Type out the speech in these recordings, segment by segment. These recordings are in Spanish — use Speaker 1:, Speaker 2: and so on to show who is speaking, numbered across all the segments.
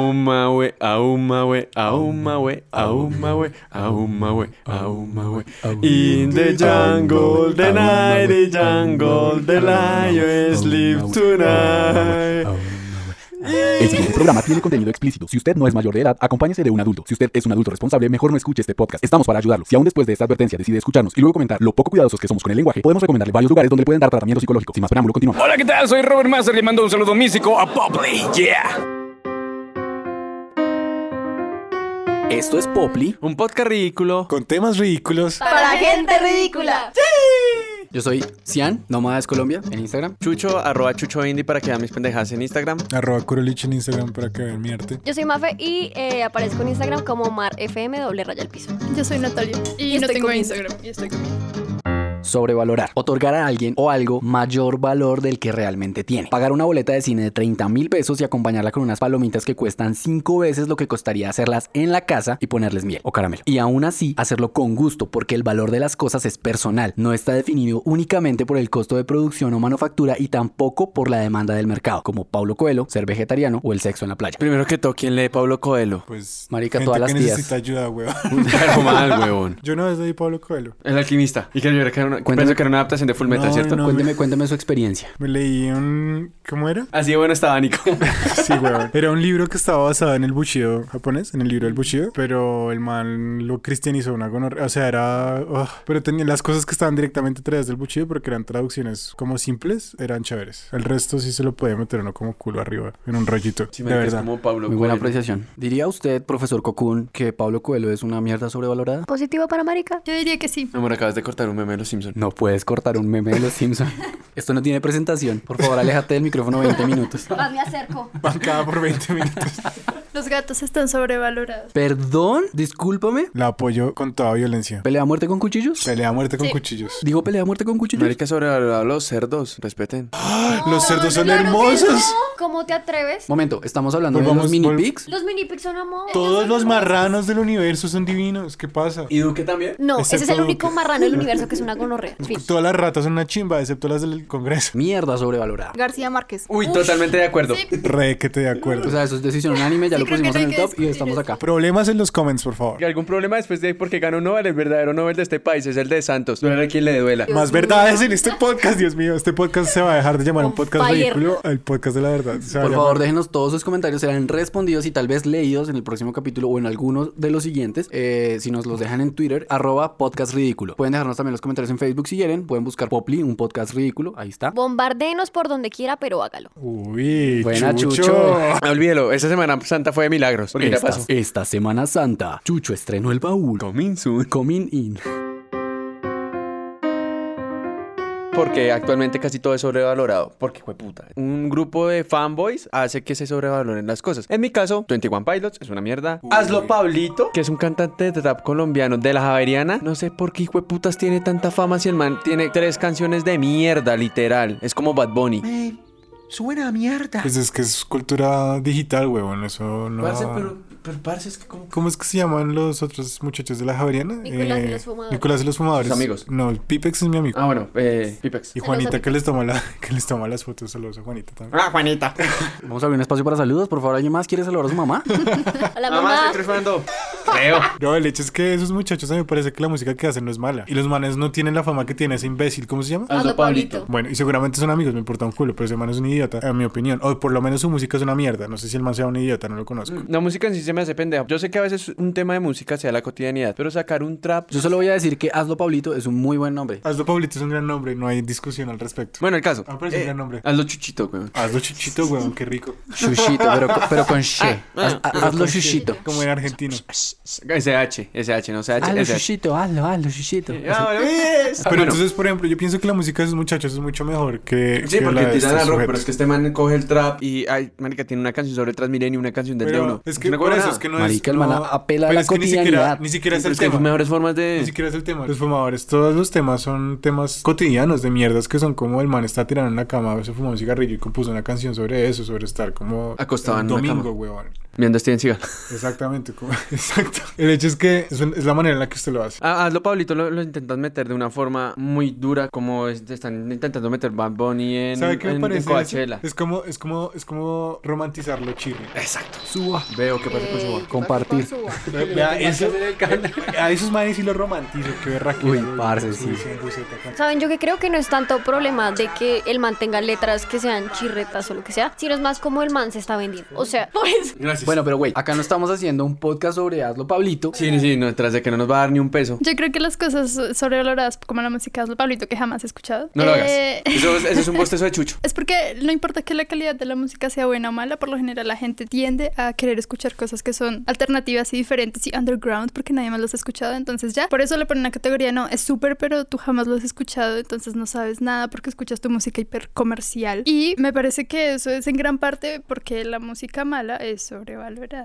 Speaker 1: Aumawe, aumawe, aumawe, aumawe, aumawe, aumawe. In the jungle, the night, the jungle, the lion sleep tonight.
Speaker 2: El siguiente programa tiene contenido explícito. Si usted no es mayor de edad, acompáñese de un adulto. Si usted es un adulto responsable, mejor no escuche este podcast. Estamos para ayudarlo. Si aún después de esta advertencia decide escucharnos y luego comentar lo poco cuidadosos que somos con el lenguaje, podemos recomendarle varios lugares donde le pueden dar tratamiento psicológico. Sin más preámbulo, continuamos.
Speaker 3: Hola, ¿qué tal? Soy Robert Master le mando un saludo místico a Popley. Yeah.
Speaker 2: Esto es Poply.
Speaker 1: Un podcast ridículo.
Speaker 4: Con temas ridículos.
Speaker 5: Para gente ridícula.
Speaker 6: Yo soy Cian, Nómadas Colombia, en Instagram.
Speaker 1: Chucho, arroba chucho indie para que vean mis pendejadas en Instagram.
Speaker 4: Arroba Kurolich en Instagram para que vean mi arte.
Speaker 5: Yo soy Mafe y eh, aparezco en Instagram como marfm doble raya al piso.
Speaker 7: Yo soy Natalia y,
Speaker 5: Y
Speaker 7: no
Speaker 5: estoy
Speaker 7: tengo
Speaker 5: comiendo.
Speaker 7: Instagram y estoy comiendo.
Speaker 6: Sobrevalorar. Otorgar a alguien o algo mayor valor del que realmente tiene. Pagar una boleta de cine de 30 mil pesos y acompañarla con unas palomitas que cuestan 5 veces lo que costaría hacerlas en la casa y ponerles miel o caramelo. Y aún así, hacerlo con gusto porque el valor de las cosas es personal. No está definido únicamente por el costo de producción o manufactura y tampoco por la demanda del mercado, como Paulo Coelho, ser vegetariano o el sexo en la playa.
Speaker 1: Primero que todo, ¿quién lee Pablo Coelho?
Speaker 4: Pues.
Speaker 6: Marica,
Speaker 4: gente
Speaker 6: todas las
Speaker 4: que
Speaker 6: tías.
Speaker 4: necesita ayuda, weón.
Speaker 1: Pero mal, huevón.
Speaker 4: Yo una vez leí Pablo Coelho.
Speaker 1: El alquimista. Y que yo era que era una,
Speaker 6: Cuéntame.
Speaker 1: pensé que era una adaptación de Full Metal,
Speaker 4: No,
Speaker 1: ¿cierto?
Speaker 4: no.
Speaker 6: Cuénteme, cuénteme su experiencia.
Speaker 4: Me leí un. ¿Cómo era?
Speaker 1: Así de bueno estaba Nico.
Speaker 4: Sí, weón. Era un libro que estaba basado en el Bushido japonés, en el libro del Bushido, pero el man lo cristianizó una gonorrea. O sea, era. ugh. Pero tenía las cosas que estaban directamente traídas del Bushido, porque eran traducciones como simples, eran chéveres. El resto sí se lo podía meter uno como culo arriba, en un rollito.
Speaker 1: Sí,
Speaker 4: de
Speaker 1: marica, es
Speaker 4: verdad.
Speaker 1: como Pablo
Speaker 6: Muy buena
Speaker 1: Coelho.
Speaker 6: apreciación. ¿Diría usted, profesor Cocún, que Pablo Coelho es una mierda sobrevalorada?
Speaker 5: Positivo para marica.
Speaker 7: Yo diría que sí.
Speaker 1: Amor, acabas de cortar un meme de los Simpsons.
Speaker 6: No puedes cortar un meme de los Simpson. Esto no tiene presentación. Por favor, aléjate del micrófono 20 minutos.
Speaker 5: Más me acerco.
Speaker 4: Bancada por 20 minutos.
Speaker 7: Los gatos están sobrevalorados.
Speaker 6: Perdón, discúlpame.
Speaker 4: La apoyo con toda violencia.
Speaker 6: ¿Pelea a muerte con cuchillos?
Speaker 4: Pelea a muerte con cuchillos.
Speaker 6: ¿Dijo pelea a muerte con cuchillos?
Speaker 1: Marica sobrevalorado a los cerdos, respeten.
Speaker 4: Los cerdos son
Speaker 5: Claro que
Speaker 4: hermosos.
Speaker 5: no. ¿Cómo te atreves?
Speaker 6: Momento, estamos hablando
Speaker 4: Volvamos,
Speaker 6: de los
Speaker 4: vol-
Speaker 6: mini pigs.
Speaker 5: Los mini pigs son amor.
Speaker 4: Todos los marranos del universo son divinos. ¿Qué pasa?
Speaker 1: ¿Y Duque también?
Speaker 5: No, ese es
Speaker 4: Excepto
Speaker 5: el único
Speaker 4: Duque.
Speaker 5: marrano del universo que es una gonorrea. Fin.
Speaker 4: Todas las ratas son una chimba, excepto las del Congreso.
Speaker 6: Mierda sobrevalorada.
Speaker 7: García Márquez.
Speaker 1: Uy, totalmente de acuerdo.
Speaker 4: Re que te de
Speaker 6: O
Speaker 4: acuerdo.
Speaker 6: sea, eso es decisión unánime, ya
Speaker 7: Sí,
Speaker 6: lo
Speaker 7: creo que
Speaker 6: pusimos
Speaker 7: no hay
Speaker 6: en el
Speaker 7: que
Speaker 6: top y
Speaker 7: discutir
Speaker 6: estamos acá.
Speaker 4: Problemas en los comments, por favor.
Speaker 1: ¿Y algún problema después de ahí? Porque ganó un Nobel, el verdadero Nobel de este país es el de Santos. Duele a quien le duela.
Speaker 4: Más verdades en este podcast, Dios mío. Este podcast se va a dejar de llamar un podcast
Speaker 5: fire.
Speaker 4: ridículo al podcast de la verdad. Se va a
Speaker 6: Por
Speaker 4: llamar-
Speaker 6: favor, déjenos todos sus comentarios, serán respondidos y tal vez leídos en el próximo capítulo o en algunos de los siguientes. Eh, si nos los dejan en Twitter, arroba podcast ridículo. Pueden dejarnos también los comentarios en Facebook si quieren. Pueden buscar Poply, un podcast ridículo. Ahí está.
Speaker 5: Bombardéenos por donde quiera, pero hágalo.
Speaker 4: Uy,
Speaker 6: Buena,
Speaker 4: chucho.
Speaker 6: Chucho.
Speaker 1: No, olvídelo, esa Semana Santa fue de milagros. Porque ya
Speaker 6: Esta,
Speaker 1: pasó.
Speaker 6: esta Semana Santa, Chucho estrenó el baúl.
Speaker 1: Coming soon.
Speaker 6: Coming in.
Speaker 1: Porque actualmente casi todo es sobrevalorado. Porque, puta, un grupo de fanboys hace que se sobrevaloren las cosas. En mi caso, 21 Pilots es una mierda. Hazlo Pablito, que es un cantante de trap colombiano de la Javeriana. No sé por qué, putas tiene tanta fama si el man tiene tres canciones de mierda, literal. Es como Bad Bunny. suena a mierda.
Speaker 4: Pues es que es cultura digital, huevón. Eso no.
Speaker 1: Parce, pero, pero parce, es que como...
Speaker 4: ¿Cómo es que se llaman los otros muchachos de la Javeriana? Eh,
Speaker 5: Nicolás y los fumadores.
Speaker 4: Nicolás y los fumadores.
Speaker 1: Sus amigos.
Speaker 4: No, Pipex es mi amigo.
Speaker 1: Ah, bueno, eh, Pipex.
Speaker 4: Y Juanita, que les toma la, que les toma las fotos. Saludos a Juanita también.
Speaker 1: Ah, Juanita.
Speaker 6: Vamos a abrir un espacio para saludos. Por favor, ¿alguien más quiere saludar a su mamá?
Speaker 5: A la
Speaker 1: Mamá,
Speaker 5: mamá.
Speaker 1: estoy triunfando. Creo.
Speaker 4: No, el hecho es que esos muchachos a mí me parece que la música que hacen no es mala. Y los manes no tienen la fama que tiene ese imbécil. ¿Cómo se llama?
Speaker 5: Hazlo, Pablito.
Speaker 4: Bueno, y seguramente son amigos, me importa un culo, pero ese man es un idiota, en mi opinión. O por lo menos su música es una mierda. No sé si el man sea un idiota, no lo conozco.
Speaker 1: La música en sí se me hace pendeja. Yo sé que a veces un tema de música sea la cotidianidad, pero sacar un trap.
Speaker 6: Yo solo voy a decir que Hazlo Pablito es un muy buen nombre.
Speaker 4: Hazlo Pablito es un gran nombre, no hay discusión al respecto.
Speaker 1: Bueno, el caso.
Speaker 4: Ah, pero es un gran nombre.
Speaker 1: Hazlo chuchito, weón.
Speaker 4: Hazlo chichito, weón, qué rico.
Speaker 6: Chuchito, pero, con- pero con she. Haz- haz- hazlo chuchito.
Speaker 4: Como en argentino.
Speaker 1: SH, SH, no SH.
Speaker 6: Hazlo
Speaker 1: SH.
Speaker 6: chuchito, hazlo, hazlo chuchito.
Speaker 1: Ah, bueno, yes.
Speaker 4: Pero
Speaker 1: Bueno,
Speaker 4: entonces, por ejemplo, yo pienso que la música de esos muchachos es mucho mejor que.
Speaker 1: Sí,
Speaker 4: que
Speaker 1: porque
Speaker 4: la de
Speaker 1: tiran
Speaker 4: estos
Speaker 1: a rock,
Speaker 4: sujetos.
Speaker 1: pero es que este man coge el trap y. Ay, marica, tiene una canción sobre Transmilenio y una canción del
Speaker 4: Pero
Speaker 1: D1.
Speaker 4: es que
Speaker 1: No
Speaker 4: por
Speaker 1: cobra
Speaker 4: eso
Speaker 1: nada.
Speaker 4: es que no
Speaker 6: Marica,
Speaker 4: es.
Speaker 6: el man
Speaker 4: no-
Speaker 6: apela a
Speaker 4: pero
Speaker 6: la
Speaker 4: es que ni siquiera-
Speaker 6: cotidianidad.
Speaker 4: Ni siquiera es
Speaker 1: Pero
Speaker 4: el
Speaker 1: es que hay
Speaker 4: tema.
Speaker 1: mejores formas
Speaker 4: Ni
Speaker 1: de.
Speaker 4: siquiera es el tema. Los fumadores, todos los temas son temas cotidianos de mierdas que son como el man está tirando en la cama, se fumó un cigarrillo y compuso una canción sobre eso, sobre estar como
Speaker 1: Acostado en
Speaker 4: el
Speaker 1: una
Speaker 4: domingo,
Speaker 1: cama.
Speaker 4: huevón.
Speaker 1: Mirando a Steven Seagal.
Speaker 4: Exactamente, como- exacto. El hecho es que es, un- es la manera en la que usted lo hace.
Speaker 1: Ah, hazlo, Pablito, lo, lo intentas meter de una forma muy dura, como es- te están intentando meter Bad Bunny en,
Speaker 4: ¿Sabe qué me
Speaker 1: en- en
Speaker 4: parece?
Speaker 1: Coachella.
Speaker 4: Es como, es como, es como romantizar lo chirri.
Speaker 1: Exacto. Suba. Veo qué pasa con
Speaker 5: Eh,
Speaker 1: Suba.
Speaker 6: Compartir.
Speaker 5: con Suba.
Speaker 4: Vea, eso- a esos manes sí los romantizo, qué berraquera.
Speaker 6: Uy,
Speaker 4: Uy,
Speaker 6: parce, sí.
Speaker 4: son buceta, con-
Speaker 5: Saben, yo que creo que no es tanto problema de que el man tenga letras que sean chirretas o lo que sea, sino es más como el man se está vendiendo. O sea, por eso.
Speaker 1: Gracias. Bueno,
Speaker 6: Bueno, pero güey, acá no estamos haciendo un podcast sobre Hazlo Pablito.
Speaker 1: sí, sí, no, tras de que no nos va a dar ni un peso.
Speaker 7: Yo creo que las cosas sobrevaloradas, como la música de Oslo Pablito, que jamás he escuchado.
Speaker 1: No lo hagas.
Speaker 7: eh,
Speaker 1: Eso, es- eso es un bostezo de chucho.
Speaker 7: Es porque no importa que la calidad de la música sea buena o mala, por lo general la gente tiende a querer escuchar cosas que son alternativas y diferentes y underground porque nadie más las ha escuchado, entonces ya. Por eso le ponen la categoría, no, es súper, pero tú jamás lo has escuchado, entonces no sabes nada porque escuchas tu música hiper comercial. Y me parece que eso es en gran parte porque la música mala es sobrevalorada.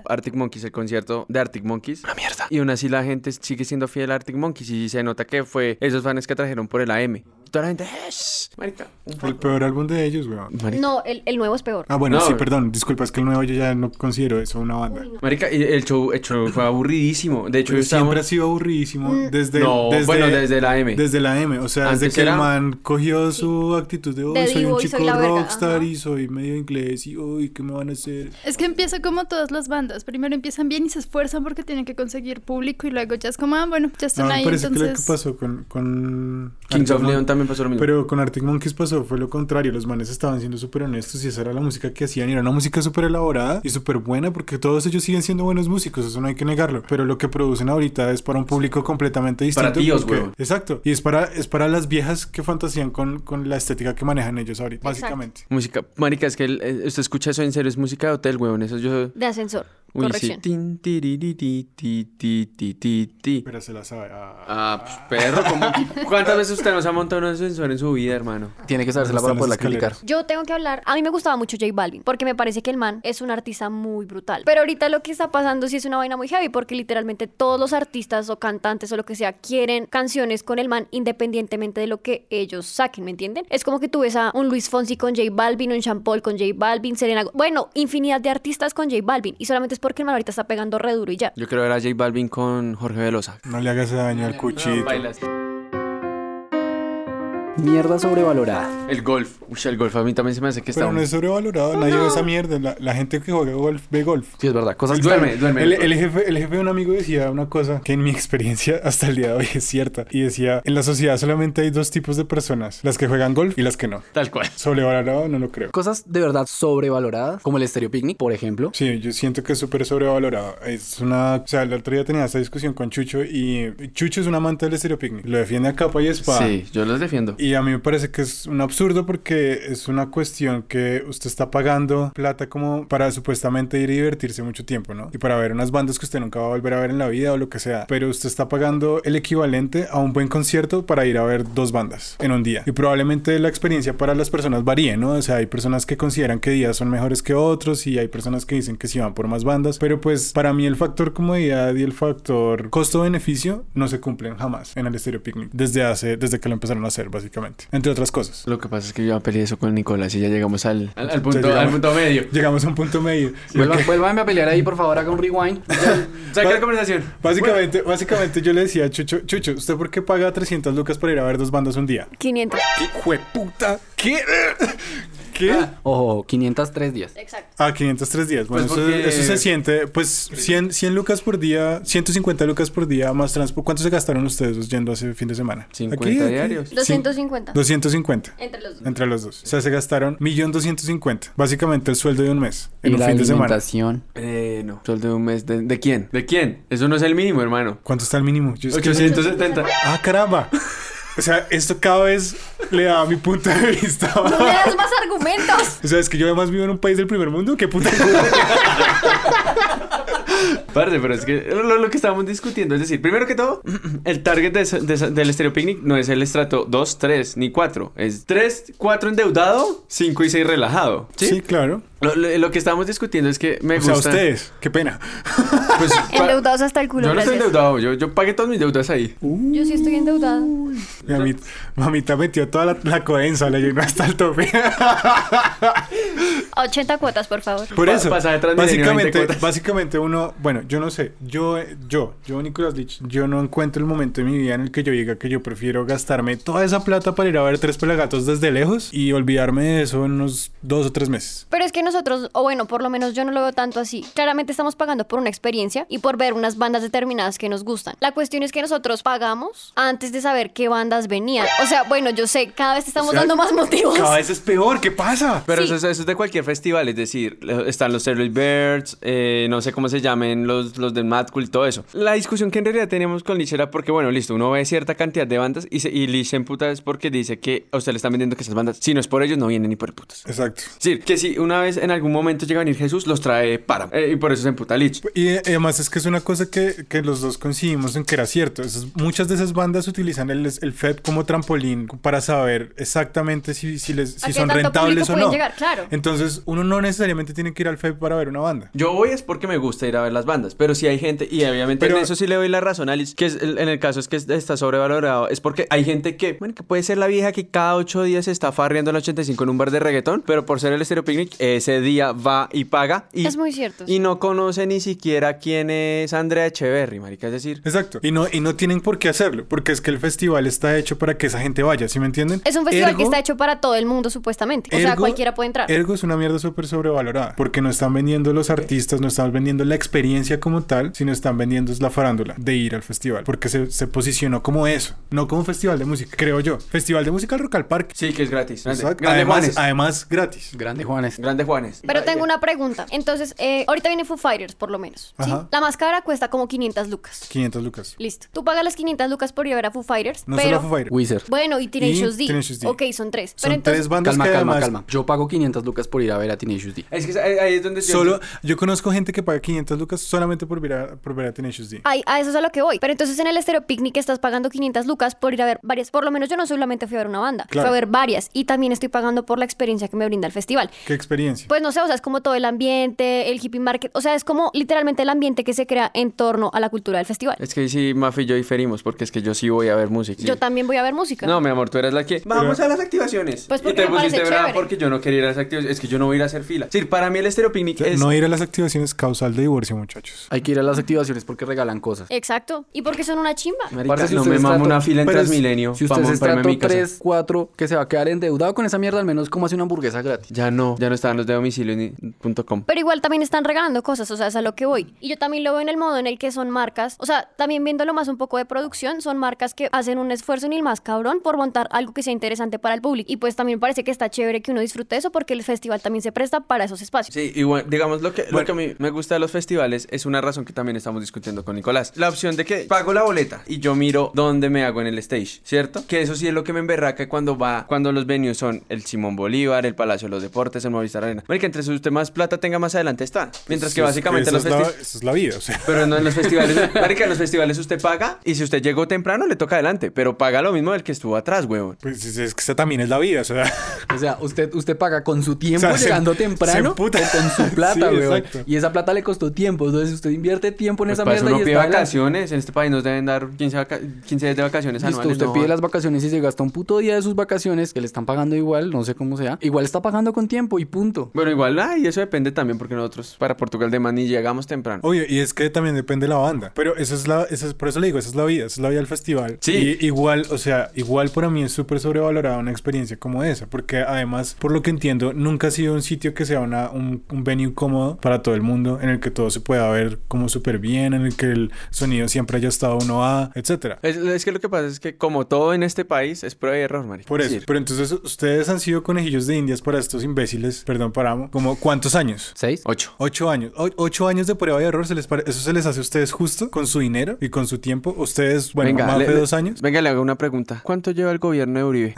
Speaker 1: Arctic Monkeys, el concierto de Arctic Monkeys. Una mierda. Y aún así la gente sigue siendo fiel a Arctic Monkeys y se nota que fue esos fans que trajeron por el AM. Y toda la gente, "Esh, marica.
Speaker 4: Fue el peor álbum de ellos, weón.
Speaker 1: Marica.
Speaker 5: No, el, el nuevo es peor.
Speaker 4: Ah, bueno,
Speaker 1: No, eh.
Speaker 4: sí,
Speaker 1: güey.
Speaker 4: perdón. Disculpa, es que el nuevo yo ya no considero eso una banda.
Speaker 1: Marica, y el show, el show fue aburridísimo. De hecho,
Speaker 4: Pero
Speaker 1: estábamos-
Speaker 4: Pues siempre ha sido aburridísimo
Speaker 5: Mm.
Speaker 4: desde,
Speaker 1: No,
Speaker 4: desde,
Speaker 1: bueno, desde la M.
Speaker 4: desde la M. O sea, desde
Speaker 1: Antes
Speaker 4: que
Speaker 1: era-
Speaker 4: el man cogió su actitud de hoy
Speaker 5: De
Speaker 4: soy un
Speaker 5: divo y
Speaker 4: chico
Speaker 5: soy la verga",
Speaker 4: rockstar
Speaker 5: ajá.
Speaker 4: y soy medio inglés y hoy qué me van a hacer.
Speaker 7: Es que empieza como todas las bandas. Primero empiezan bien y se esfuerzan porque tienen que conseguir público y luego ya es como, ah, bueno, ya
Speaker 4: No,
Speaker 7: están
Speaker 4: me
Speaker 7: ahí,
Speaker 4: parece que lo que
Speaker 7: entonces...
Speaker 4: pasó con, con
Speaker 1: Kings
Speaker 4: Arctic
Speaker 1: of Leon
Speaker 4: Mon-
Speaker 1: también pasó lo mismo.
Speaker 4: Pero con Arctic Monkeys pasó, fue lo contrario. Los manes estaban siendo súper honestos y esa era la música que hacían. y Era una música súper elaborada y súper buena porque todos ellos siguen siendo buenos músicos, eso no hay que negarlo. Pero lo que producen ahorita es para un público completamente distinto.
Speaker 1: Para tíos,
Speaker 4: porque-
Speaker 1: huevón.
Speaker 4: Exacto. Y es para, es para las viejas que fantasían con, con la estética que manejan ellos ahorita, básicamente.
Speaker 1: Música, marica, es que el- eh, usted escucha eso en serio, es música de hotel, weón. Eso yo.
Speaker 5: De ascensor.
Speaker 1: Uy, sí.
Speaker 5: Corrección.
Speaker 1: Tin, tiriri, ti, ti, ti, ti, ti, ti.
Speaker 4: Pero se la sabe. Ah,
Speaker 1: Ah, pues, perro, ¿cómo- ¿cuántas veces usted nos ha montado un ascensor en su vida, hermano?
Speaker 6: Tiene que
Speaker 4: ¿Dónde
Speaker 6: sabérsela
Speaker 4: están
Speaker 6: para
Speaker 4: las
Speaker 6: poderla
Speaker 4: escaleras?
Speaker 6: criticar.
Speaker 5: Yo tengo que hablar, a mí me gustaba mucho J Balvin, porque me parece que el man es un artista muy brutal. Pero ahorita lo que está pasando sí es una vaina muy heavy, porque literalmente todos los artistas o cantantes o lo que sea quieren canciones con el man independientemente de lo que ellos saquen, ¿me entienden? Es como que tú ves a un Luis Fonsi con J Balvin, un Sean Paul con J Balvin, Selena, Go- bueno, infinidad de artistas con J Balvin, y solamente es porque el man ahorita está pegando re duro y ya.
Speaker 1: Yo quiero ver a J Balvin con Jorge Velosa. Ah,
Speaker 4: No le hagas daño al cuchito.
Speaker 6: Mierda sobrevalorada.
Speaker 1: El golf. Uy, el golf a mí también se me hace que está.
Speaker 4: Pero no es sobrevalorado, nadie ve esa mierda. La, la gente que juega golf ve golf.
Speaker 6: Sí, es verdad. Cosas que-
Speaker 1: Duerme, duerme.
Speaker 4: El, el jefe, el jefe de un amigo decía una cosa que en mi experiencia hasta el día de hoy es cierta. Y decía, en la sociedad solamente hay dos tipos de personas, las que juegan golf y las que no.
Speaker 1: Tal cual.
Speaker 4: Sobrevalorado no lo creo.
Speaker 6: Cosas de verdad sobrevaloradas, como el Estéreo Picnic, por ejemplo.
Speaker 4: Sí, yo siento que es súper sobrevalorado. Es una... O sea, el otro día tenía esta discusión con Chucho y Chucho es un amante del estereopicnic. Lo defiende a capa y espada.
Speaker 1: Sí, yo los defiendo.
Speaker 4: Y a mí me parece que es un absurdo porque es una cuestión que usted está pagando plata como para supuestamente ir y divertirse mucho tiempo, ¿no? Y para ver unas bandas que usted nunca va a volver a ver en la vida o lo que sea. Pero usted está pagando el equivalente a un buen concierto para ir a ver dos bandas en un día. Y probablemente la experiencia para las personas varíe, ¿no? O sea, hay personas que consideran que días son mejores que otros y hay personas que dicen que sí van por más bandas. Pero pues para mí el factor comodidad y el factor costo-beneficio no se cumplen jamás en el Stereo Picnic desde hace, desde que lo empezaron a hacer, básicamente. Entre otras cosas.
Speaker 1: Lo que pasa es que yo ya peleé eso con Nicolás y ya llegamos al, al, al punto,
Speaker 4: Ya llegamos.
Speaker 1: al punto medio.
Speaker 4: Llegamos a un punto medio.
Speaker 6: Vuelvan- vuélvanme a pelear ahí, por favor, haga un rewind.
Speaker 1: Saca la conversación.
Speaker 4: Básicamente, básicamente yo le decía a Chucho, Chucho, ¿usted por qué paga 300 lucas para ir a ver dos bandas un día?
Speaker 5: 500.
Speaker 4: ¿Qué puta? ¿Qué? ¿Qué?
Speaker 1: Ah,
Speaker 6: Ojo, 503 días.
Speaker 5: Exacto.
Speaker 4: Ah, 503 días. Bueno,
Speaker 1: Pues
Speaker 4: eso-
Speaker 1: porque-
Speaker 4: eso, se siente, pues 100, 100 lucas por día, 150 lucas por día más transporte. ¿Cuánto se gastaron ustedes dos yendo hace fin de semana?
Speaker 1: 50
Speaker 4: Aquí, aquí.
Speaker 1: diarios.
Speaker 5: 250.
Speaker 4: 250.
Speaker 5: Entre los dos.
Speaker 4: Entre los dos. O sea, se gastaron 1.250. Básicamente el sueldo de un mes. En
Speaker 6: y
Speaker 4: un
Speaker 6: la
Speaker 4: fin de semana.
Speaker 6: alimentación.
Speaker 1: Eh, no. Sueldo de un mes. De, ¿De quién? ¿De quién? Eso no es el mínimo, hermano.
Speaker 4: ¿Cuánto está el mínimo? Yo es que-
Speaker 1: 870.
Speaker 4: Ah, caramba. O sea, esto cada vez le da mi punto de vista.
Speaker 5: No me das más argumentos.
Speaker 4: O sea, es que yo además vivo en un país del primer mundo. ¿Qué puta?
Speaker 1: Parte, pero es que lo, lo que estábamos discutiendo, es decir, primero que todo, el target de esa- de esa- del Stereo Picnic no es el estrato 2, 3 ni 4. Es 3, 4 endeudado, 5 y 6 relajado. Sí.
Speaker 4: claro.
Speaker 1: Lo, lo- lo que estábamos discutiendo es que me
Speaker 4: O sea,
Speaker 1: gusta.
Speaker 4: ustedes. Qué pena.
Speaker 1: pues, pa-
Speaker 5: Endeudados hasta el culo.
Speaker 1: yo no estoy
Speaker 5: gracias.
Speaker 1: endeudado, yo, yo pagué todas mis deudas ahí.
Speaker 5: Yo sí estoy endeudada.
Speaker 4: Mi mamita, mamita metió toda la, la coenza, le llenó hasta el tope.
Speaker 5: 80 cuotas, por favor.
Speaker 4: Por
Speaker 1: Pa-
Speaker 4: eso,
Speaker 1: pasa de Transmilenio,
Speaker 4: básicamente,
Speaker 1: 20 cuotas.
Speaker 4: básicamente uno, bueno, yo no sé, yo, eh, yo, yo, Nicolás Lich, yo no encuentro el momento en mi vida en el que yo diga que yo prefiero gastarme toda esa plata para ir a ver tres pelagatos desde lejos y olvidarme de eso en unos dos o tres meses.
Speaker 5: Pero es que nosotros, o bueno, por lo menos yo no lo veo tanto así. Claramente estamos pagando por una experiencia y por ver unas bandas determinadas que nos gustan. La cuestión es que nosotros pagamos antes de saber qué bandas venían. O sea, bueno, yo sé, cada vez te estamos dando más motivos.
Speaker 4: Cada vez es peor, ¿qué pasa?
Speaker 1: Pero
Speaker 5: Sí.
Speaker 1: eso, es- eso es de cualquier festival, es decir, lo- están los Early Birds, eh, no sé cómo se llamen, los, los del Mad Cool, todo eso. La discusión que en realidad teníamos con Lich era porque, bueno, listo, uno ve cierta cantidad de bandas y, se, y Lich se emputa es porque dice que a usted le están vendiendo que esas bandas, si no es por ellos, no vienen ni por putas. Es
Speaker 4: Exacto.
Speaker 1: decir, que si una vez en algún momento llega a venir Jesús, los trae para. eh, y por eso se emputa Lich.
Speaker 4: Y eh, además es que es una cosa que, que los dos coincidimos en que era cierto. Esas- muchas de esas bandas utilizan el, el FEP como trampolín para saber exactamente si, si, les,
Speaker 5: ¿A
Speaker 4: si
Speaker 5: qué
Speaker 4: son
Speaker 5: tanto
Speaker 4: rentables
Speaker 5: público
Speaker 4: o
Speaker 5: pueden
Speaker 4: no.
Speaker 5: llegar? Claro.
Speaker 4: Entonces, uno no necesariamente tiene que ir al FEP para ver una banda.
Speaker 1: Yo voy es porque me gusta ir a ver las bandas, pero si hay gente, y obviamente
Speaker 4: Pero-
Speaker 1: en eso sí le doy la razón a Liz, que es el- en el caso es que es- está sobrevalorado, es porque hay gente que, bueno, que puede ser la vieja que cada ocho días se está farreando el 85 en un bar de reggaetón, pero por ser el Estéreo Picnic, ese día va y paga. Y,
Speaker 5: Es muy cierto.
Speaker 1: Y no conoce ni siquiera quién es Andrea Echeverry, marica, es decir...
Speaker 4: Exacto. Y no, y no tienen por qué hacerlo, porque es que el festival está hecho para que esa gente vaya, ¿sí me entienden?
Speaker 5: Es un festival que
Speaker 4: Ergo-
Speaker 5: está hecho para todo el mundo, supuestamente. O sea,
Speaker 4: ergo-
Speaker 5: cualquiera puede entrar.
Speaker 4: Ergo es una mierda súper sobrevalorada, porque no están vendiendo los artistas, no están vendiendo la experiencia como tal, sino están vendiendo es la farándula de ir al festival, porque se, se posicionó como eso, no como festival de música, creo yo. Festival de música Rock al Parque.
Speaker 1: Sí, que es gratis. Grande,
Speaker 4: Exacto.
Speaker 1: grande
Speaker 4: además,
Speaker 1: Juanes.
Speaker 4: además, gratis.
Speaker 6: Grande Juanes.
Speaker 1: Grande Juanes.
Speaker 5: Pero tengo una pregunta. Entonces, eh, ahorita viene Foo Fighters, por lo menos. ¿sí?
Speaker 4: Ajá.
Speaker 5: La máscara cuesta como 500 lucas.
Speaker 4: 500 lucas.
Speaker 5: Listo. Tú pagas las 500 lucas por ir a ver a Foo Fighters.
Speaker 4: No
Speaker 5: pero...
Speaker 4: solo Foo Fighters.
Speaker 6: Wizard.
Speaker 5: Bueno, y Tenacious D.
Speaker 4: Tenacious D.
Speaker 5: Ok, son tres.
Speaker 4: Son
Speaker 5: pero entonces,
Speaker 4: tres bandas
Speaker 6: Calma,
Speaker 4: que
Speaker 6: calma,
Speaker 4: además-
Speaker 6: calma. Yo pago 500 lucas por ir a ver a Tenacious D.
Speaker 1: Es que ahí ahí es donde yo-
Speaker 4: Solo, yo conozco gente que paga 500 lucas solamente por ver a, por ver a Tenacious D.
Speaker 5: Ay, a eso es a lo que voy. Pero entonces en el Estéreo Picnic estás pagando 500 lucas por ir a ver varias. Por lo menos yo no solamente fui a ver una banda,
Speaker 4: Claro.
Speaker 5: fui a ver varias. Y también estoy pagando por la experiencia que me brinda el festival.
Speaker 4: ¿Qué experiencia?
Speaker 5: Pues no sé, o sea, es como todo el ambiente, el hippie market. O sea, es como literalmente el ambiente que se crea en torno a la cultura del festival.
Speaker 1: Es que ahí sí, Mafi y yo diferimos, porque es que yo sí voy a ver música.
Speaker 5: Yo
Speaker 1: Sí.
Speaker 5: también voy a ver música.
Speaker 1: No, mi amor, tú eres la que. Vamos
Speaker 4: Pero-
Speaker 1: a las activaciones.
Speaker 5: Pues
Speaker 1: Y
Speaker 5: porque
Speaker 1: te
Speaker 5: me parece
Speaker 1: pusiste brava
Speaker 5: chévere.
Speaker 1: porque yo no quería ir a las activaciones. Es que yo no voy a ir a hacer fila. Sí, para mí el estéreo picnic es.
Speaker 4: No ir a las activaciones causal de divorcio, muchachos.
Speaker 6: Hay que ir a las activaciones porque regalan cosas.
Speaker 5: Exacto. ¿Y por qué son una chimba?
Speaker 1: Marica,
Speaker 6: Parce, si
Speaker 1: no
Speaker 6: usted
Speaker 1: me
Speaker 6: es
Speaker 1: mamo
Speaker 6: trato-
Speaker 1: una fila en
Speaker 4: Pero es-
Speaker 1: Transmilenio.
Speaker 6: Si usted
Speaker 1: para
Speaker 6: es
Speaker 1: montarme en mi
Speaker 6: trato
Speaker 1: casa.
Speaker 6: 3, 4, que se va a quedar endeudado con esa mierda, al menos como hace una hamburguesa gratis.
Speaker 1: Ya no, ya no estaban los de domicilio ni punto com.
Speaker 5: Pero igual también están regalando cosas, o sea, es a lo que voy. Y yo también lo veo en el modo en el que son marcas, o sea, también viéndolo más un poco de producción, son marcas que hacen un esfuerzo ni el más cabrón por montar algo que sea interesante para el público. Y pues también parece que está chévere que uno disfrute eso porque el festival también se presta para esos espacios.
Speaker 1: Sí, y bueno, digamos lo que, lo que a mí me gusta de los festivales es una razón que también estamos discutiendo con Nicolás. La opción de que pago la boleta y yo miro dónde me hago en el stage, ¿cierto? Que eso sí es lo que me emberraca cuando va, cuando los venues son el Simón Bolívar, el Palacio de los Deportes, el Movistar Arena. Marica, entre sus temas plata tenga más adelante está. Mientras que
Speaker 4: Eso es-
Speaker 1: básicamente
Speaker 4: esa
Speaker 1: los
Speaker 4: es la-
Speaker 1: festivales.
Speaker 4: Esa es la vida, o sea.
Speaker 1: Pero no en los festivales. Marica, en los festivales usted paga y si usted llegó temprano le toca adelante, pero paga lo mismo del que estuvo atrás, huevón.
Speaker 4: Pues es- es que esa también es la vida, o sea.
Speaker 6: O sea, usted, usted paga con su tiempo
Speaker 4: O sea, se-
Speaker 6: llegando temprano
Speaker 4: se emputa.
Speaker 6: o con su
Speaker 4: Sí,
Speaker 6: plata, weón.
Speaker 4: exacto.
Speaker 6: Y esa plata le costó tiempo. Entonces, usted invierte tiempo en
Speaker 1: Pues
Speaker 6: esa
Speaker 1: para eso
Speaker 6: mierda
Speaker 1: uno
Speaker 6: y
Speaker 1: pide
Speaker 6: está adelante.
Speaker 1: vacaciones. En este país nos deben dar 15, vaca- 15 días de vacaciones
Speaker 6: Listo,
Speaker 1: anuales.
Speaker 6: usted
Speaker 1: no
Speaker 6: pide
Speaker 1: joda.
Speaker 6: las vacaciones y se gasta un puto día de sus vacaciones que le están pagando igual, no sé cómo sea. Igual está pagando con tiempo y punto.
Speaker 1: Bueno, igual, ay, eso depende también porque nosotros para Portugal de Man ni llegamos temprano.
Speaker 4: Obvio, y es que también depende de la banda. Pero eso es la, eso es, por eso le digo, esa es la vida, esa es la vida del festival.
Speaker 1: Sí.
Speaker 4: Y igual, o sea, igual para mí es súper sobrevalorada una experiencia como esa. Porque además, por lo que entiendo, nunca ha sido un sitio que sea una, un, un venue cómodo para todo el mundo, en el que todo se pueda ver como súper bien, en el que el sonido siempre haya estado uno a, etcétera.
Speaker 1: Es, es que lo que pasa es que como todo en este país es prueba y error, marica.
Speaker 4: Por
Speaker 1: Es
Speaker 4: eso.
Speaker 1: decir,
Speaker 4: Pero entonces, ustedes han sido conejillos de indias para estos imbéciles, perdón, para como cuántos años?
Speaker 6: ¿Seis?
Speaker 1: Ocho.
Speaker 4: Ocho años. O- ocho años de prueba y error, ¿se les pare- ¿eso se les hace a ustedes justo con su dinero y con su tiempo? Ustedes, bueno, más
Speaker 1: le-
Speaker 4: de
Speaker 1: le-
Speaker 4: dos años.
Speaker 1: Venga, le hago una pregunta. ¿Cuánto lleva el gobierno de Uribe?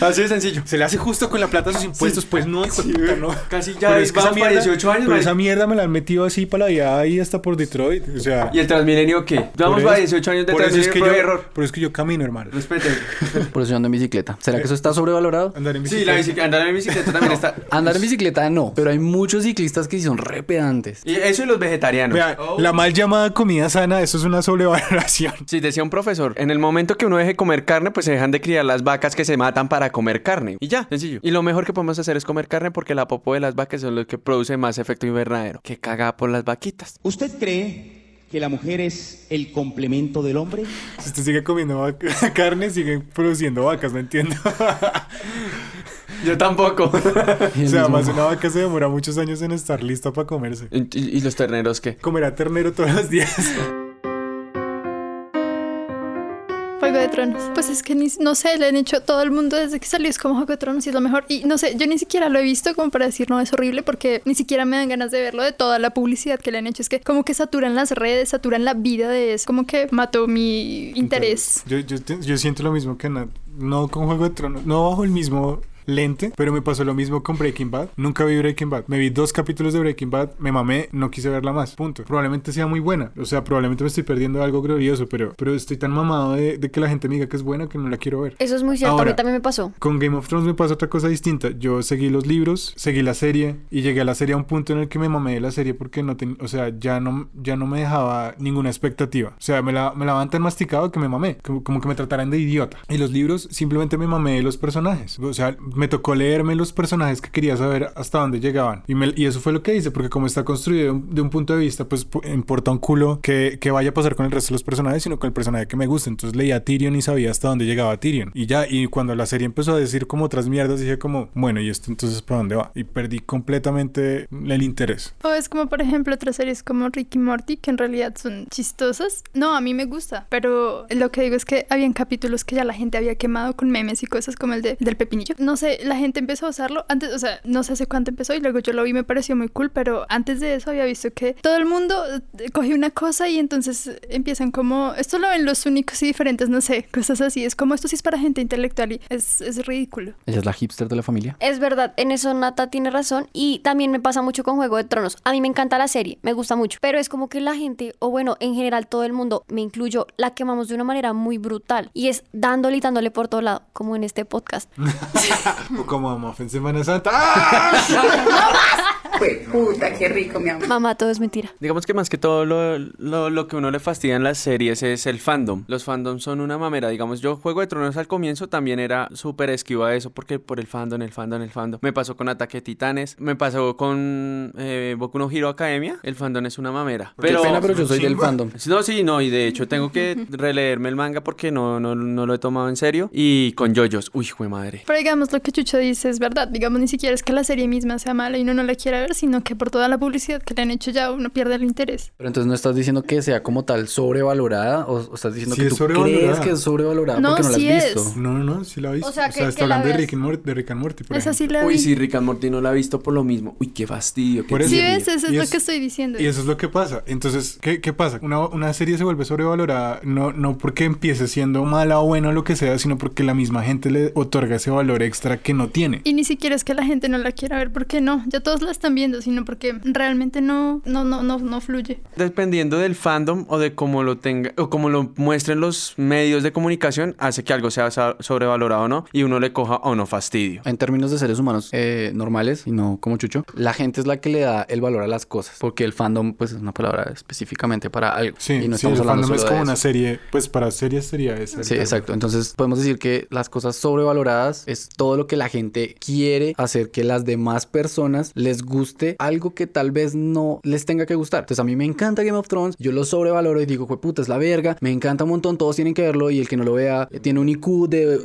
Speaker 1: Así de sencillo.
Speaker 4: ¿Se le hace justo con la plata de sus impuestos? Pues no, hijo de puta, no.
Speaker 1: Casi ya
Speaker 4: Pero es que esa
Speaker 1: vamos para
Speaker 4: mierda-
Speaker 1: 18 años,
Speaker 4: Pero
Speaker 1: marica.
Speaker 4: esa mierda me la han metido así para allá y hasta por Detroit. O sea,
Speaker 1: ¿Y el Transmilenio qué?
Speaker 4: por
Speaker 1: Vamos
Speaker 4: eso-
Speaker 1: para 18 años de
Speaker 4: por eso es
Speaker 1: Transmilenio
Speaker 4: que
Speaker 1: prueba y
Speaker 4: yo-
Speaker 1: error.
Speaker 4: Por eso es que yo camino, hermano.
Speaker 1: Respete.
Speaker 6: Por eso yo ando en bicicleta. ¿Será que eso está sobrevalorado?
Speaker 4: Andar en
Speaker 1: Sí, la bicicleta, andar en bicicleta también está.
Speaker 6: Andar en bicicleta no, pero hay muchos ciclistas que sí son re pedantes.
Speaker 1: Y eso y los vegetarianos.
Speaker 4: Vea, la mal llamada comida sana, eso es una sobrevaloración.
Speaker 1: Sí, decía un profesor, en el momento que uno deje comer carne, pues se dejan de criar las vacas que se matan para comer carne. Y ya, sencillo. Y lo mejor que podemos hacer es comer carne porque la popó de las vacas son los que producen más efecto invernadero. Que caga por las vaquitas.
Speaker 8: ¿Usted cree que la mujer es el complemento del hombre?
Speaker 4: Si usted sigue comiendo vac- carne, sigue produciendo vacas, no entiendo.
Speaker 1: Yo tampoco.
Speaker 4: o sea, más una vaca se demora muchos años en estar lista para comerse.
Speaker 1: ¿Y, y- y los terneros qué?
Speaker 4: Comerá ternero todos los días.
Speaker 7: Juego de Tronos. Pues es que ni- no sé, le han hecho todo el mundo desde que salió es como Juego de Tronos y es lo mejor. Y no sé, yo ni siquiera lo he visto como para decir no es horrible porque ni siquiera me dan ganas de verlo de toda la publicidad que le han hecho. Es que como que saturan las redes, saturan la vida de eso. Como que mató mi interés.
Speaker 4: Yo, yo, te- yo siento lo mismo que Nat. No con Juego de Tronos, no bajo el mismo lente, pero me pasó lo mismo con Breaking Bad. Nunca vi Breaking Bad. Me vi dos capítulos de Breaking Bad, me mamé, no quise verla más. Punto. Probablemente sea muy buena. O sea, probablemente me estoy perdiendo algo glorioso, pero, pero estoy tan mamado de, de que la gente me diga que es buena que no la quiero ver.
Speaker 5: Eso es muy cierto, a
Speaker 4: Ahora,
Speaker 5: mí también me pasó.
Speaker 4: Con Game of Thrones me pasa otra cosa distinta. Yo seguí los libros, seguí la serie y llegué a la serie a un punto en el que me mamé de la serie porque no ten- o sea, ya no, ya no me dejaba ninguna expectativa. O sea, me la, me la van tan masticado que me mamé, como, como que me trataran de idiota. Y los libros simplemente me mamé de los personajes. O sea, me tocó leerme los personajes que quería saber hasta dónde llegaban. Y, me- y eso fue lo que hice, porque como está construido de un, de un punto de vista, pues pu- importa un culo que, que vaya a pasar con el resto de los personajes, sino con el personaje que me gusta. Entonces leía a Tyrion y sabía hasta dónde llegaba Tyrion. Y ya, y cuando la serie empezó a decir como otras mierdas, dije como, bueno, ¿y esto entonces para dónde va? Y perdí completamente el interés.
Speaker 7: O es como, por ejemplo, otras series como Ricky Morty, que en realidad son chistosas. No, a mí me gusta, pero lo que digo es que habían capítulos que ya la gente había quemado con memes y cosas como el de, del pepinillo. No sé, la gente empezó a usarlo antes, o sea, no sé hace cuánto empezó y luego yo lo vi y me pareció muy cool, pero antes de eso había visto que todo el mundo eh, coge una cosa y entonces empiezan como, esto lo ven los únicos y diferentes, no sé, cosas así. Es como, esto sí es para gente intelectual y es, es ridículo.
Speaker 6: Ella es la hipster de la familia.
Speaker 5: Es verdad, en eso Nata tiene razón y también me pasa mucho con Juego de Tronos. A mí me encanta la serie, me gusta mucho, pero es como que la gente, o bueno, en general todo el mundo, me incluyo, la quemamos de una manera muy brutal y es dándole y dándole por todo lado, como en este podcast.
Speaker 4: o como a Muff en Semana Santa. ¡Ah!
Speaker 9: Fue puta, qué rico, mi amor.
Speaker 5: Mamá, todo es mentira.
Speaker 1: Digamos que más que todo lo, lo, lo que uno le fastidia en las series es el fandom. Los fandoms son una mamera. Digamos, yo Juego de Tronos al comienzo también era súper esquiva a eso porque por el fandom, el fandom, el fandom. Me pasó con Ataque de Titanes, me pasó con eh, Boku no Hero Academia. El fandom es una mamera.
Speaker 6: Qué pena, pero yo soy del fandom.
Speaker 1: No, sí, no, y de hecho tengo que releerme el manga porque no, no, no lo he tomado en serio. Y con Yoyos, uy, jue madre.
Speaker 7: Pero digamos, lo que Chucho dice es verdad. Digamos, ni siquiera es que la serie misma sea mala y uno no la quiera ver, sino que por toda la publicidad que le han hecho ya uno pierde el interés.
Speaker 6: Pero entonces no estás diciendo que sea como tal sobrevalorada o, o estás diciendo
Speaker 4: Sí
Speaker 6: que
Speaker 4: es
Speaker 6: tú crees
Speaker 4: sobrevalorada.
Speaker 6: que es sobrevalorada
Speaker 7: No,
Speaker 6: porque no
Speaker 7: sí
Speaker 6: la has
Speaker 7: es.
Speaker 6: visto.
Speaker 4: No, no, no, sí la viste.
Speaker 5: O sea, que- que
Speaker 4: está
Speaker 5: la
Speaker 4: hablando de
Speaker 5: veas.
Speaker 4: Rick, and Morty, de Rick and Morty, por
Speaker 7: Esa sí
Speaker 4: ejemplo.
Speaker 7: la
Speaker 1: Uy,
Speaker 7: vi.
Speaker 1: sí, Rick and Morty no la ha visto por lo mismo. Uy, qué fastidio.
Speaker 4: Por
Speaker 1: Qué
Speaker 4: eso-
Speaker 7: Sí,
Speaker 1: tierno.
Speaker 7: ves, eso es
Speaker 4: Y
Speaker 7: lo
Speaker 4: es-
Speaker 7: que estoy diciendo.
Speaker 4: Y eso es lo que pasa. Entonces, ¿qué, qué pasa? Una, una serie se vuelve sobrevalorada no, no porque empiece siendo mala o buena o lo que sea, sino porque la misma gente le otorga ese valor extra que no tiene.
Speaker 7: Y ni siquiera es que la gente no la quiera ver, porque no, ya todos la están viendo, sino porque realmente no, no, no, no, no fluye.
Speaker 1: dependiendo del fandom o de cómo lo tenga o cómo lo muestren los medios de comunicación hace que algo sea sa- sobrevalorado o no y uno le coja o no fastidio.
Speaker 6: En términos de seres humanos eh, normales y no como Chucho, la gente es la que le da el valor a las cosas. Porque el fandom, pues, es una palabra específicamente para algo.
Speaker 4: Sí,
Speaker 6: y no
Speaker 4: sí,
Speaker 6: estamos
Speaker 4: el fandom
Speaker 6: hablando solo
Speaker 4: es
Speaker 6: de
Speaker 4: como
Speaker 6: eso.
Speaker 4: una serie, pues para series sería esa.
Speaker 6: Sí, exacto. Entonces podemos decir que las cosas sobrevaloradas es todo lo que la gente quiere hacer que las demás personas les guste algo que tal vez no les tenga que gustar. Entonces a mí me encanta Game of Thrones, yo lo sobrevaloro y digo, puta, es la verga, me encanta un montón, todos tienen que verlo y el que no lo vea eh, tiene un IQ de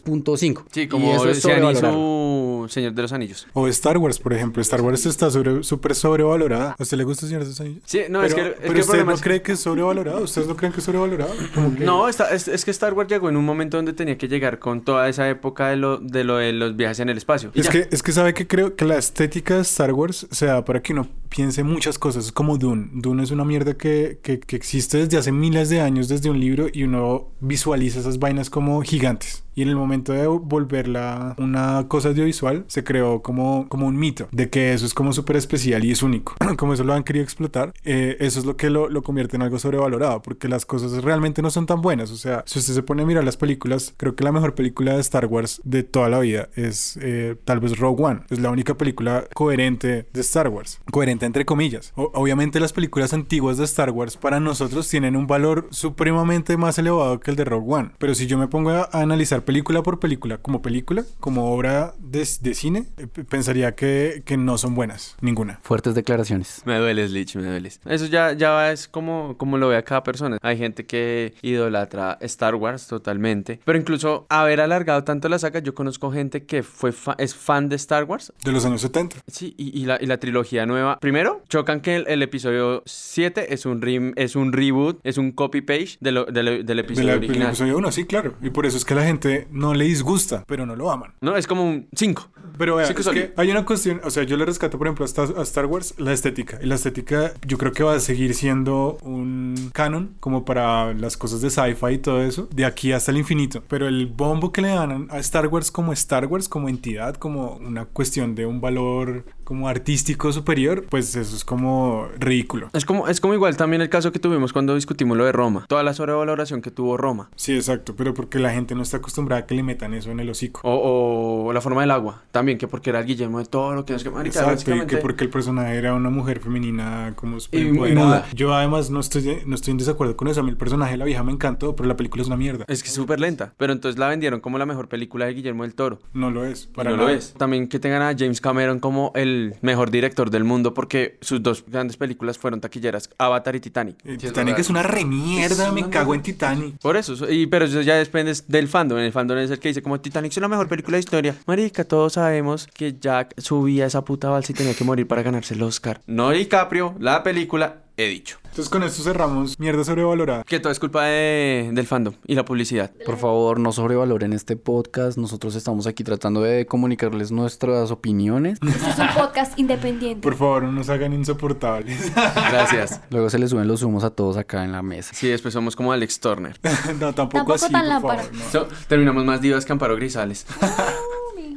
Speaker 6: 2.5.
Speaker 1: Sí,
Speaker 6: Y
Speaker 1: como
Speaker 6: eso es
Speaker 1: decían en
Speaker 6: sobrevalorar.
Speaker 1: su Señor de los Anillos.
Speaker 4: O Star Wars, por ejemplo. Star Wars está sobre- súper sobrevalorada. ¿A usted le gusta, señor de los Anillos?
Speaker 1: Sí, no,
Speaker 4: pero,
Speaker 1: es que- es
Speaker 4: pero
Speaker 1: que el
Speaker 4: usted
Speaker 1: problema
Speaker 4: no
Speaker 1: es-
Speaker 4: cree que es sobrevalorado. ¿Ustedes no creen que es sobrevalorado? Como que-
Speaker 1: No, está- es, es que Star Wars llegó en un momento donde tenía que llegar con toda esa época de lo de, lo de los viajes en el espacio. Y
Speaker 4: Es
Speaker 1: ya.
Speaker 4: que, es que sabe que creo que la estética de Star Wars se da para que uno piense muchas cosas. Es como Dune. Dune es una mierda que, que, que existe desde hace miles de años, desde un libro, y uno visualiza esas vainas como gigantes. Y en el momento de volverla una cosa audiovisual, se creó como, como un mito de que eso es como súper especial y es único. como eso lo han querido explotar, eh, eso es lo que lo, lo convierte en algo sobrevalorado, porque las cosas realmente no son tan buenas. O sea, si usted se pone a mirar las películas, creo que la mejor película de Star Wars de toda la vida es eh, tal vez Rogue One. Es la única película coherente de Star Wars. Coherente bonita, entre comillas. O- obviamente las películas antiguas de Star Wars para nosotros tienen un valor supremamente más elevado que el de Rogue One. Pero si yo me pongo a, a analizar película por película, como película, como obra de, de cine, eh, p- pensaría que, que no son buenas, ninguna.
Speaker 6: Fuertes declaraciones.
Speaker 1: Me duele, Lich, me duele. Eso ya, ya es como, como lo ve cada persona. Hay gente que idolatra Star Wars totalmente. Pero incluso haber alargado tanto la saga, yo conozco gente que fue fa- es fan de Star Wars.
Speaker 4: De los años 70.
Speaker 1: Sí, y, y la, y la trilogía nueva. Primero, chocan que el, el episodio 7 es un, rim, es un reboot, es un copy-page de lo- de lo- del
Speaker 4: De
Speaker 1: episodio
Speaker 4: la, del
Speaker 1: original.
Speaker 4: episodio 1, sí, claro. Y por eso es que a la gente no le disgusta, pero no lo aman.
Speaker 1: No, es como un 5.
Speaker 4: Pero vea,
Speaker 1: Sí que
Speaker 4: es
Speaker 1: son-
Speaker 4: que hay una cuestión, o sea, yo le rescato, por ejemplo, a Star, a Star Wars la estética. Y la estética yo creo que va a seguir siendo un canon, como para las cosas de sci-fi y todo eso, de aquí hasta el infinito. Pero el bombo que le dan a Star Wars como Star Wars, como entidad, como una cuestión de un valor como artístico superior, pues eso es como ridículo.
Speaker 1: Es como, es como igual también el caso que tuvimos cuando discutimos lo de Roma. Toda la sobrevaloración que tuvo Roma.
Speaker 4: Sí, exacto, pero porque la gente no está acostumbrada a que le metan eso en el hocico.
Speaker 1: O, o la forma del agua. También, que porque era el Guillermo de todo lo que nos que marica,
Speaker 4: Exacto, y que
Speaker 1: básicamente-
Speaker 4: porque el personaje era una mujer femenina como
Speaker 1: Y- y
Speaker 4: superempoderada.
Speaker 1: muda.
Speaker 4: Yo además no estoy, de- no estoy en desacuerdo con eso. A mí el personaje de la vieja me encantó, pero la película es una mierda.
Speaker 1: Es que es súper lenta. Pero entonces la vendieron como la mejor película de Guillermo del Toro.
Speaker 4: No lo es.
Speaker 1: Y
Speaker 4: Para
Speaker 1: no lo
Speaker 4: nada. Eh,
Speaker 1: es. También que tengan a James Cameron como el mejor director del mundo porque sus dos grandes películas fueron taquilleras, Avatar y Titanic.
Speaker 4: Eh, Titanic es una remierda, me cago en Titanic.
Speaker 1: Por eso, so- y, pero eso ya depende del fandom. El fandom es el que dice como Titanic es la mejor película de historia. Marica, todos sabemos que Jack subía esa puta balsa y tenía que morir para ganarse el Oscar. No DiCaprio, la película, he dicho.
Speaker 4: Entonces con esto cerramos mierda sobrevalorada.
Speaker 1: Que todo es culpa de- del fandom y la publicidad.
Speaker 6: Por favor, no sobrevaloren este podcast. Nosotros estamos aquí tratando de comunicarles nuestras opiniones.
Speaker 5: Este es un podcast independiente.
Speaker 4: Por favor, no nos hagan insoportables.
Speaker 1: Gracias.
Speaker 6: Luego se les suben los humos a todos acá en la mesa.
Speaker 1: Sí, después somos como Alex Turner.
Speaker 4: no, tampoco,
Speaker 5: Tampoco
Speaker 4: así,
Speaker 5: tan
Speaker 4: por
Speaker 5: lámpara.
Speaker 4: favor, no.
Speaker 1: So, terminamos más divas que Amparo Grisales.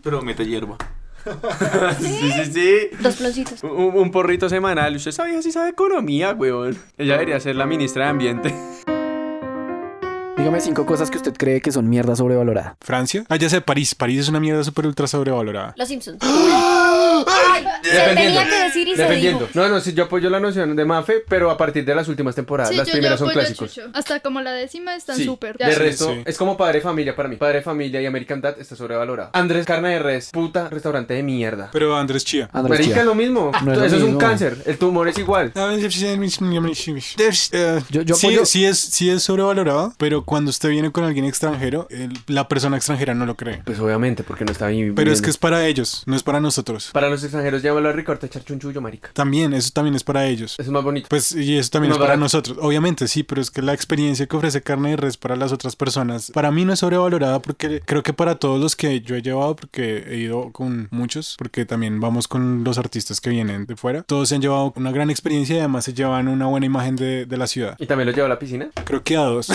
Speaker 3: Pero mete hierba.
Speaker 1: sí, sí, sí.
Speaker 5: Dos ploncitos.
Speaker 1: Un, un porrito semanal. Usted sabía si sabe economía, weón. Ella debería ser la ministra de Ambiente.
Speaker 6: Dígame cinco cosas que usted cree que son mierda sobrevalorada.
Speaker 4: ¿Francia? Ah, ya sé, París. París es una mierda súper ultra sobrevalorada.
Speaker 5: Los Simpsons. Ay, se tenía que decir y se dijo.
Speaker 1: No, no, sí, yo apoyo la noción de Mafe, pero a partir de las últimas temporadas.
Speaker 7: Sí,
Speaker 1: Ah, las
Speaker 7: yo-
Speaker 1: primeras
Speaker 7: yo
Speaker 1: son
Speaker 7: apoyo a
Speaker 1: clásicos.
Speaker 7: Chucho. Hasta como la décima están
Speaker 1: Sí,
Speaker 7: súper.
Speaker 1: de
Speaker 7: Ya.
Speaker 1: resto,
Speaker 4: Sí.
Speaker 1: es como padre de familia para mí. Padre de familia y American Dad está sobrevalorado. Andrés Carne de Res, puta restaurante de mierda.
Speaker 4: Pero Andrés Chía.
Speaker 6: Andrés
Speaker 1: Marica,
Speaker 6: Chía.
Speaker 1: es lo mismo.
Speaker 6: No es lo
Speaker 1: Eso es un
Speaker 6: mismo.
Speaker 1: cáncer. El tumor es igual.
Speaker 6: Yo- yo
Speaker 4: Eh, sí,
Speaker 6: apoyo-
Speaker 4: sí es, sí es sobrevalorado, pero cuando usted viene con alguien extranjero, el- la persona extranjera no lo cree.
Speaker 1: Pues obviamente, porque no está bien.
Speaker 4: Pero es que es para ellos, no es para nosotros.
Speaker 1: Para los extranjeros, llámalo a Ricardo echar chunchullo, marica.
Speaker 4: También, eso también es para ellos.
Speaker 1: Eso es más bonito.
Speaker 4: Pues, y eso también
Speaker 1: Más
Speaker 4: es para
Speaker 1: barato.
Speaker 4: nosotros. Obviamente, sí, pero es que la experiencia que ofrece carne de res para las otras personas, para mí no es sobrevalorada porque creo que para todos los que yo he llevado, porque he ido con muchos, porque también vamos con los artistas que vienen de fuera, todos se han llevado una gran experiencia y además se llevan una buena imagen de, de la ciudad.
Speaker 1: Y también lo lleva a la piscina.
Speaker 4: Creo que a dos.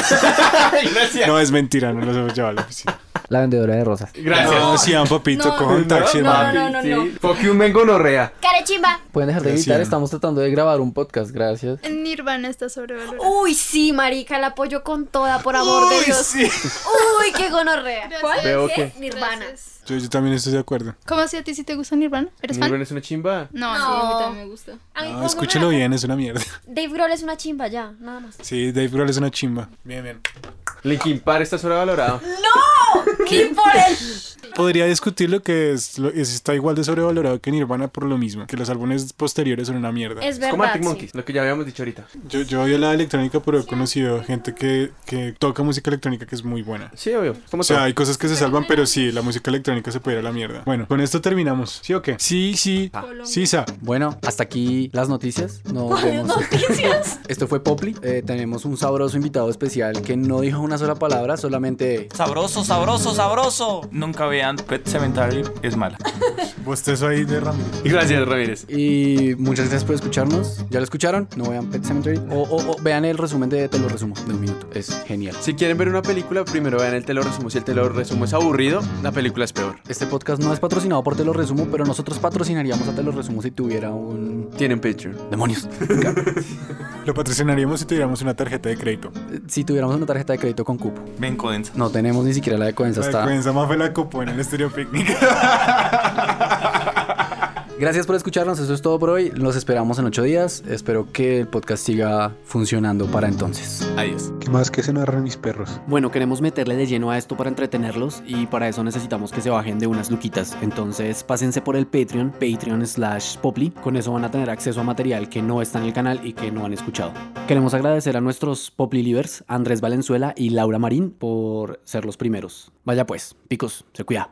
Speaker 4: No, es mentira, no los hemos llevado a la piscina.
Speaker 6: La vendedora de rosas.
Speaker 1: Gracias.
Speaker 4: No, sí, a un papito
Speaker 5: No,
Speaker 4: con
Speaker 5: no,
Speaker 4: taxi,
Speaker 5: no,
Speaker 4: hermano.
Speaker 5: no, no, no.
Speaker 1: Sí. Fuck you, men gonorrea.
Speaker 5: Carechimba.
Speaker 6: Pueden dejar de
Speaker 4: Gracias.
Speaker 6: evitar, estamos tratando de grabar un podcast, gracias.
Speaker 7: Nirvana está sobrevalorado.
Speaker 5: Uy, sí, marica, la apoyo con toda, por amor de Dios. Uy, qué gonorrea.
Speaker 7: Gracias.
Speaker 5: ¿Cuál?
Speaker 1: Veo
Speaker 5: ¿Qué?
Speaker 1: que-
Speaker 5: Nirvana.
Speaker 4: Yo, yo también estoy de acuerdo.
Speaker 7: ¿Cómo así a ti si te gusta Nirvana? ¿Eres fan?
Speaker 1: Nirvana es una chimba.
Speaker 5: No.
Speaker 7: No, sí, a mí también me gusta.
Speaker 5: A mí,
Speaker 4: No,
Speaker 5: como
Speaker 4: Ah, escúchelo
Speaker 5: me-
Speaker 4: bien, es una mierda.
Speaker 5: Dave Grohl es una chimba ya, nada más.
Speaker 4: Sí, Dave Grohl es una chimba. Bien, bien.
Speaker 1: Linkin Park está sobrevalorado.
Speaker 5: ¡Ni por él!
Speaker 4: Podría discutir lo que es, lo- es- está igual de sobrevalorado que Nirvana por lo mismo, que los álbumes posteriores son una mierda.
Speaker 5: Es
Speaker 1: Es como
Speaker 5: verdad.
Speaker 1: Arctic
Speaker 5: sí.
Speaker 1: Monkeys, lo que ya habíamos dicho ahorita.
Speaker 4: Yo, yo odio la electrónica, pero he conocido gente que, que toca música electrónica que es muy buena.
Speaker 1: Sí, obvio. Como
Speaker 4: O sea, hay cosas que se salvan, pero sí, la música electrónica se puede ir a la mierda. Bueno, con esto terminamos. ¿Sí o qué? Sí, sí. Sí, sa.
Speaker 6: Bueno, hasta aquí las noticias. Nos
Speaker 5: ¿Cuáles
Speaker 6: vemos.
Speaker 5: noticias?
Speaker 6: Esto fue Popli. Eh, tenemos un sabroso invitado especial que no dijo una sola palabra, solamente
Speaker 10: Sabroso, sabroso, sabroso. Nunca vean Pet Cemetery, es mala.
Speaker 4: Bostezo Pues ahí de Ramírez.
Speaker 1: Gracias, Ramírez.
Speaker 6: Y muchas gracias por escucharnos. ¿Ya lo escucharon? No vean Pet Cemetery. O, o- o vean el resumen de Te lo resumo de un minuto. Es genial.
Speaker 1: Si quieren ver una película, primero vean el te lo resumo. Si el te lo resumo es aburrido, la película es peor.
Speaker 6: Este podcast no es patrocinado por Te lo resumo, pero nosotros patrocinaríamos a Te lo resumo si tuviera un...
Speaker 1: Tienen Patreon.
Speaker 6: Demonios.
Speaker 4: Lo patrocinaríamos si tuviéramos una tarjeta de crédito.
Speaker 6: si tuviéramos una tarjeta de crédito con cupo.
Speaker 10: Ven, Codensa.
Speaker 6: No tenemos ni siquiera la de Coenza.
Speaker 4: La
Speaker 6: Está...
Speaker 4: vergüenza más fue la copo en el Estéreo Picnic.
Speaker 6: Gracias por escucharnos, eso es todo por hoy. Los esperamos en ocho días. Espero que el podcast siga funcionando para entonces.
Speaker 11: Adiós.
Speaker 12: ¿Qué más que se narran mis perros?
Speaker 6: Bueno, queremos meterle de lleno a esto para entretenerlos y para eso necesitamos que se bajen de unas luquitas. Entonces, pásense por el Patreon, Patreon slash Poply. Con eso van a tener acceso a material que no está en el canal y que no han escuchado. Queremos agradecer a nuestros Poply Livers, Andrés Valenzuela y Laura Marín, por ser los primeros. Vaya pues, picos, se cuida.